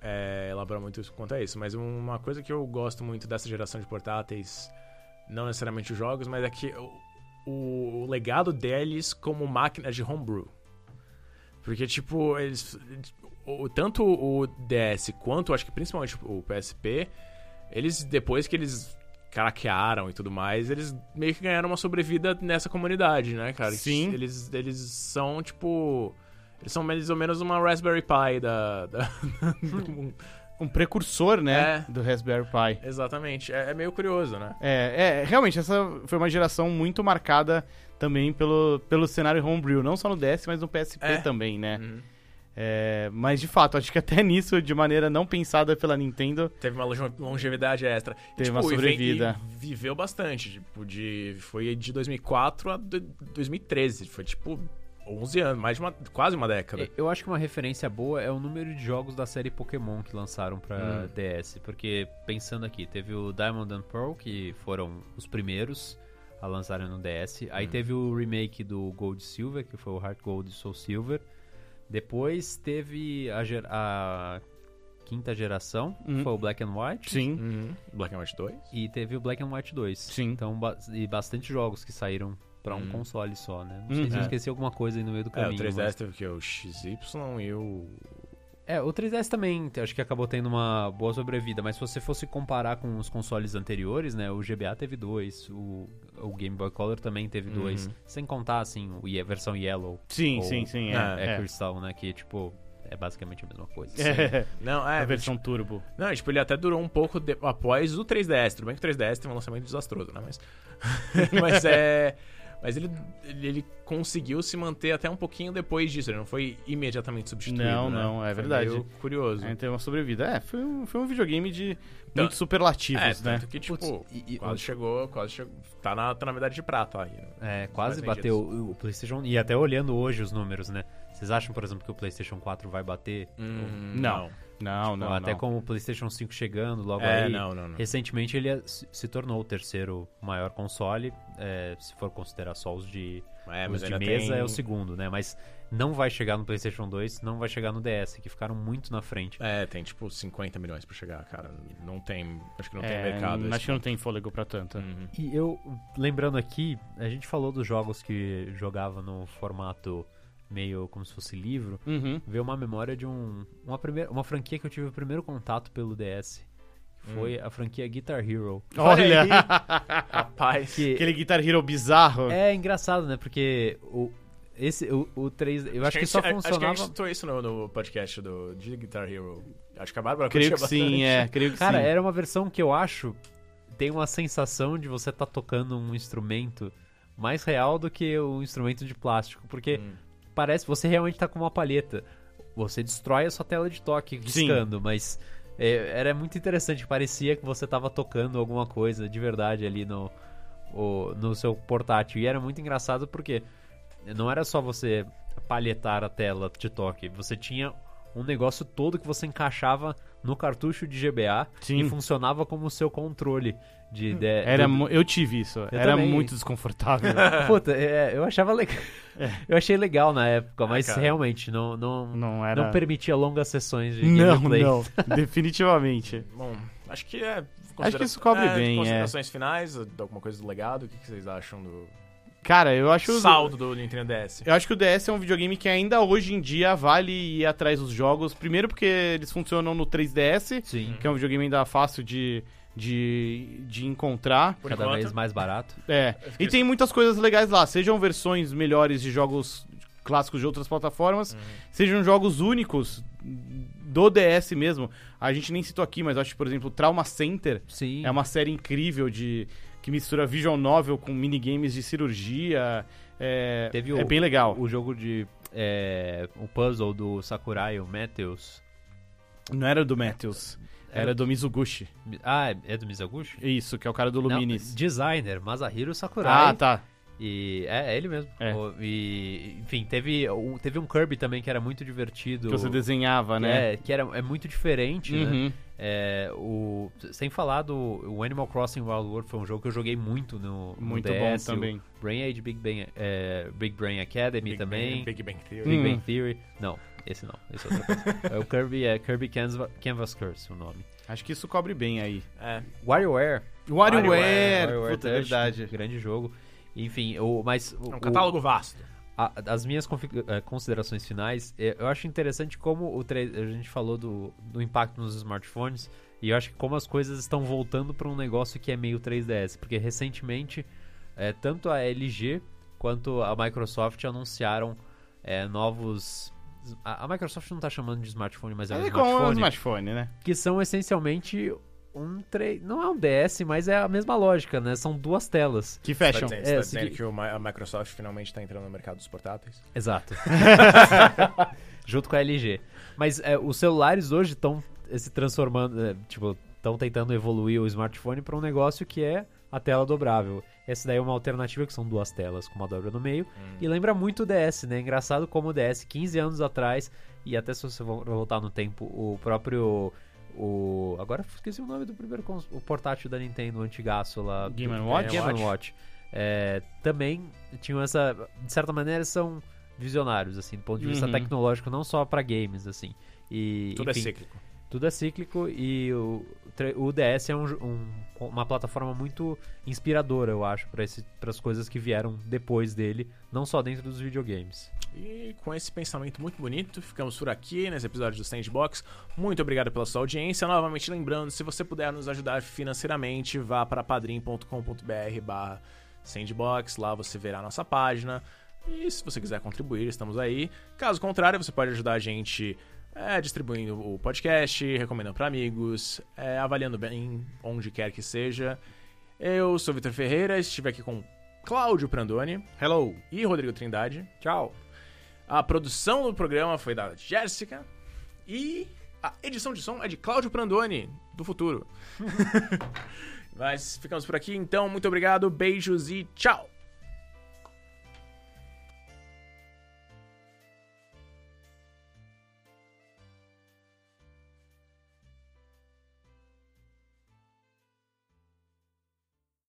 Speaker 3: é, elaborar muito isso quanto a isso, mas uma coisa que eu gosto muito dessa geração de portáteis, não necessariamente os jogos, mas é que o, o legado deles como máquinas de homebrew. Porque, tipo, eles. O, tanto o DS quanto, acho que principalmente o PSP, eles, depois que eles craquearam e tudo mais, eles meio que ganharam uma sobrevida nessa comunidade, né, cara?
Speaker 4: Sim.
Speaker 3: Eles, eles são, tipo. Eles são mais ou menos uma Raspberry Pi da. da- do mundo.
Speaker 4: Um precursor, né?
Speaker 3: É.
Speaker 4: Do Raspberry Pi.
Speaker 3: Exatamente. É, é meio curioso, né?
Speaker 4: É, é, realmente, essa foi uma geração muito marcada também pelo, pelo cenário homebrew, não só no DS, mas no PSP
Speaker 3: É.
Speaker 4: também, né?
Speaker 3: Uhum.
Speaker 4: É, mas de fato, acho que até nisso, de maneira não pensada pela Nintendo,
Speaker 3: Teve uma longe- longevidade extra. E,
Speaker 4: Teve uma
Speaker 3: e vem-
Speaker 4: sobrevida.
Speaker 3: e viveu bastante. Tipo, de, foi de 2004 a do- 2013. Foi, tipo, 11 anos. Mais de uma, quase uma década.
Speaker 2: É, Eu acho que uma referência boa é o número de jogos da série Pokémon que lançaram pra
Speaker 3: Hum.
Speaker 2: DS, porque pensando aqui, teve o Diamond and Pearl, que foram os primeiros a lançarem no DS,
Speaker 3: Hum.
Speaker 2: aí teve o remake do Gold e Silver, que foi o Heart Gold e Soul Silver, depois teve a, ger- a quinta geração,
Speaker 4: Uhum.
Speaker 3: Hum.
Speaker 2: que foi o Black and White,
Speaker 4: sim.
Speaker 3: Uhum. Black and White 2.
Speaker 2: e teve o Black and White 2.
Speaker 4: Sim.
Speaker 2: Então, ba- e bastante jogos que saíram pra um
Speaker 3: Hum.
Speaker 2: console só, né? Não sei se eu
Speaker 4: Uhum.
Speaker 2: esqueci alguma coisa aí no meio do
Speaker 3: É,
Speaker 2: caminho.
Speaker 3: o 3DS
Speaker 2: mas-
Speaker 3: teve o que? O XY e o.
Speaker 2: É, o 3DS também, te- acho que acabou tendo uma boa sobrevida, mas se você fosse comparar com os consoles anteriores, né, o GBA teve dois, o, o Game Boy Color também teve
Speaker 3: Uhum.
Speaker 2: dois, sem contar, assim, o ye- a versão Yellow,
Speaker 4: Sim,
Speaker 2: Ou-
Speaker 4: sim, sim. É,
Speaker 3: Ah,
Speaker 2: é,
Speaker 4: é.
Speaker 2: Crystal, né, que, tipo, é basicamente a mesma coisa. assim.
Speaker 4: É,
Speaker 3: Não, é.
Speaker 4: a versão turbo.
Speaker 3: Não, tipo, ele até durou um pouco de- após o 3DS. Tudo bem que o 3DS teve um lançamento desastroso, né? Mas. Mas é. Mas ele, ele, ele conseguiu se manter até um pouquinho depois disso. Ele não foi imediatamente substituído.
Speaker 4: Não,
Speaker 3: né?
Speaker 4: não, é
Speaker 3: Foi
Speaker 4: verdade.
Speaker 3: meio curioso.
Speaker 4: É, teve uma sobrevida. É, foi um, foi um videogame de
Speaker 3: Então-
Speaker 4: muitos superlativos, né?
Speaker 3: tanto que, tipo,
Speaker 2: Putz, e- e-
Speaker 3: quase chegou, quase chegou. Tá na, tá na medalha de prata aí. né?
Speaker 2: É, quase
Speaker 3: Fazem
Speaker 2: bateu o- o PlayStation, e até olhando hoje os números, né, vocês acham, por exemplo, que o PlayStation 4 vai bater?
Speaker 4: Hum.
Speaker 2: Hum,
Speaker 4: não. Não, não,
Speaker 2: tipo, até
Speaker 4: não.
Speaker 2: com o PlayStation 5 chegando logo
Speaker 3: É,
Speaker 2: aí,
Speaker 3: não, não, não.
Speaker 2: Recentemente ele é- se se tornou o terceiro maior console, é, se for considerar só os de,
Speaker 3: É,
Speaker 2: os
Speaker 3: mas
Speaker 2: de
Speaker 3: ainda
Speaker 2: mesa
Speaker 3: tem...
Speaker 2: é o segundo, né? Mas não vai chegar no PlayStation 2, não vai chegar no DS, que ficaram muito na frente.
Speaker 3: É, tem tipo 50 milhões pra chegar, cara. Não tem. Acho que não tem
Speaker 4: É,
Speaker 3: mercado. assim.
Speaker 4: Acho
Speaker 3: esse.
Speaker 4: que não tem fôlego pra tanto.
Speaker 3: Uhum.
Speaker 2: E eu, lembrando aqui, a gente falou dos jogos que jogava no formato meio como se fosse livro,
Speaker 4: Uhum.
Speaker 2: veio uma memória de um, uma, primeira, uma franquia que eu tive o primeiro contato pelo DS. que
Speaker 3: Hum.
Speaker 2: Foi a franquia Guitar Hero.
Speaker 4: Olha,
Speaker 3: Rapaz.
Speaker 2: Que
Speaker 4: aquele Guitar Hero bizarro.
Speaker 2: É engraçado, né? Porque o, esse, o, o 3. Eu acho que só
Speaker 3: a gente- Acho que a
Speaker 2: funcionava.
Speaker 3: gente citou isso no, no podcast do, de Guitar Hero. Acho que a Bárbara
Speaker 4: creio que
Speaker 3: curtia
Speaker 4: sim,
Speaker 3: bastante.
Speaker 4: é, creio que
Speaker 2: Cara,
Speaker 4: sim.
Speaker 2: era uma versão que eu acho. Tem uma sensação de você tá tocando um instrumento mais real do que um instrumento de plástico. Porque
Speaker 3: Hum.
Speaker 2: parece que você realmente tá com uma palheta. Você destrói a sua tela de toque riscando, mas. é, era muito interessante, parecia que você tava tocando alguma coisa de verdade ali no, o- no seu portátil. E era muito engraçado porque não era só você palhetar a tela de toque, você tinha um negócio todo que você encaixava no cartucho de GBA
Speaker 4: Sim. Hum,
Speaker 2: e funcionava como o seu controle de, de-
Speaker 4: Era,
Speaker 2: do-
Speaker 4: mu- eu tive isso. era
Speaker 2: também.
Speaker 4: muito desconfortável.
Speaker 2: Puta, é, eu achava legal.
Speaker 4: É.
Speaker 2: Eu achei legal na
Speaker 4: Ah,
Speaker 2: época, mas
Speaker 3: cara.
Speaker 2: realmente não não, não,
Speaker 4: Não era.
Speaker 2: permitia longas sessões de
Speaker 4: não,
Speaker 2: gameplay.
Speaker 4: não. Definitivamente.
Speaker 3: Bom, acho que é.
Speaker 4: Acho que isso cobre
Speaker 3: é,
Speaker 4: bem, é.
Speaker 3: Considerações finais, alguma coisa do legado, o que que vocês acham do
Speaker 4: Cara, eu acho.
Speaker 3: saldo do Nintendo DS?
Speaker 4: Eu acho que o DS é um videogame que ainda hoje em dia vale ir atrás dos jogos. Primeiro porque eles funcionam no 3DS,
Speaker 2: Sim,
Speaker 4: que é um videogame ainda fácil de, de, de encontrar.
Speaker 3: Por
Speaker 2: cada
Speaker 3: enquanto.
Speaker 2: vez mais barato.
Speaker 4: É. E tem muitas coisas legais lá, sejam versões melhores de jogos clássicos de outras plataformas, sejam jogos únicos do DS mesmo. A gente nem citou aqui, mas eu acho, que, por exemplo, Trauma Center
Speaker 2: Sim.
Speaker 4: é uma série incrível de que mistura visual novel com minigames de cirurgia. É,
Speaker 2: Teve
Speaker 4: é
Speaker 2: o-
Speaker 4: bem legal.
Speaker 2: o jogo de é, o puzzle do Sakurai, o Meteos,
Speaker 4: Não era do Matthews, era do Mizuguchi.
Speaker 2: Ah, é- é do Mizaguchi?
Speaker 4: É. Isso, que é o cara do Luminis.
Speaker 2: designer, Masahiro Sakurai.
Speaker 4: Ah, tá.
Speaker 2: E é, é ele mesmo.
Speaker 4: É.
Speaker 2: O- E, enfim, teve, o- teve um Kirby também que era muito divertido.
Speaker 4: Que você desenhava,
Speaker 2: que
Speaker 4: né?
Speaker 2: É, que era, é muito diferente, né?
Speaker 4: Uhum.
Speaker 2: É, o, sem falar do o Animal Crossing Wild World foi um jogo que eu joguei muito no, no
Speaker 4: Muito bom
Speaker 2: DS,
Speaker 4: também.
Speaker 2: O Brain Age Big, Bang, é, Big Brain Academy
Speaker 3: Big Bang,
Speaker 2: também.
Speaker 3: Big Bang Theory.
Speaker 2: Big
Speaker 4: Hum.
Speaker 2: Bang Theory. Não, esse não. Esse é outra coisa. é o Kirby, é Kirby Canvas, Canvas Curse o nome.
Speaker 4: Acho que isso cobre bem aí.
Speaker 3: É.
Speaker 2: WarioWare.
Speaker 4: WarioWare!
Speaker 2: WarioWare
Speaker 4: Puta, é
Speaker 2: Touch,
Speaker 4: verdade.
Speaker 2: Grande jogo. Enfim, o, mas... o-
Speaker 3: É um
Speaker 2: o-
Speaker 3: catálogo vasto.
Speaker 2: a- as minhas confi- eh, considerações finais, eh, eu acho interessante como o tre- a gente falou do, do impacto nos smartphones, e eu acho que como as coisas estão voltando para um negócio que é meio 3DS, porque recentemente eh, tanto a LG quanto a Microsoft anunciaram eh, novos. A, a Microsoft não está chamando de smartphone, mas é, um
Speaker 4: É como um
Speaker 2: smartphone,
Speaker 4: smartphone, né?
Speaker 2: que são essencialmente um 3. Não é um DS, mas é a mesma lógica, né? São duas telas.
Speaker 4: Que
Speaker 3: Tá
Speaker 4: fashion.
Speaker 3: dizendo,
Speaker 2: é,
Speaker 3: você tá
Speaker 2: se
Speaker 3: dizendo
Speaker 2: que-
Speaker 3: que o Mi- a Microsoft finalmente tá entrando no mercado dos portáteis?
Speaker 2: Exato. Junto com a LG. Mas é, os celulares hoje estão se transformando, é, tipo, estão tentando evoluir o smartphone para um negócio que é a tela dobrável. Essa daí é uma alternativa que são duas telas com uma dobra no meio. E lembra muito o DS, né? Engraçado como o DS 15 anos atrás, e até se você vo- voltar no tempo, o próprio. O. Agora esqueci o nome do primeiro cons- o portátil da Nintendo o antigaço lá.
Speaker 4: Game
Speaker 2: do-
Speaker 4: Watch?
Speaker 2: Game Watch. É, também tinham essa. De certa maneira, são visionários, assim, do ponto de vista
Speaker 4: Uhum.
Speaker 2: tecnológico, não só pra games, assim. E,
Speaker 3: Tudo
Speaker 2: enfim,
Speaker 3: é cíclico.
Speaker 2: tudo é cíclico e o, tre- o DS é um jo- um- uma plataforma muito inspiradora, eu acho, para as coisas que vieram depois dele, não só dentro dos videogames.
Speaker 3: E com esse pensamento muito bonito, ficamos por aqui nesse episódio do Sandbox. Muito obrigado pela sua audiência. Novamente lembrando, se você puder nos ajudar financeiramente, vá para padrim.com.br barra sandbox, lá você verá a nossa página. E se você quiser contribuir, estamos aí. Caso contrário, você pode ajudar a gente é, distribuindo o podcast, recomendando para amigos, é, avaliando bem onde quer que seja. Eu sou Vitor Ferreira, estive aqui com Cláudio Prandoni
Speaker 4: Hello.
Speaker 3: e Rodrigo Trindade.
Speaker 2: Tchau!
Speaker 3: A produção do programa foi da Jéssica e a edição de som é de Cláudio Prandoni, do futuro. Mas ficamos por aqui, então. Muito obrigado, beijos e tchau!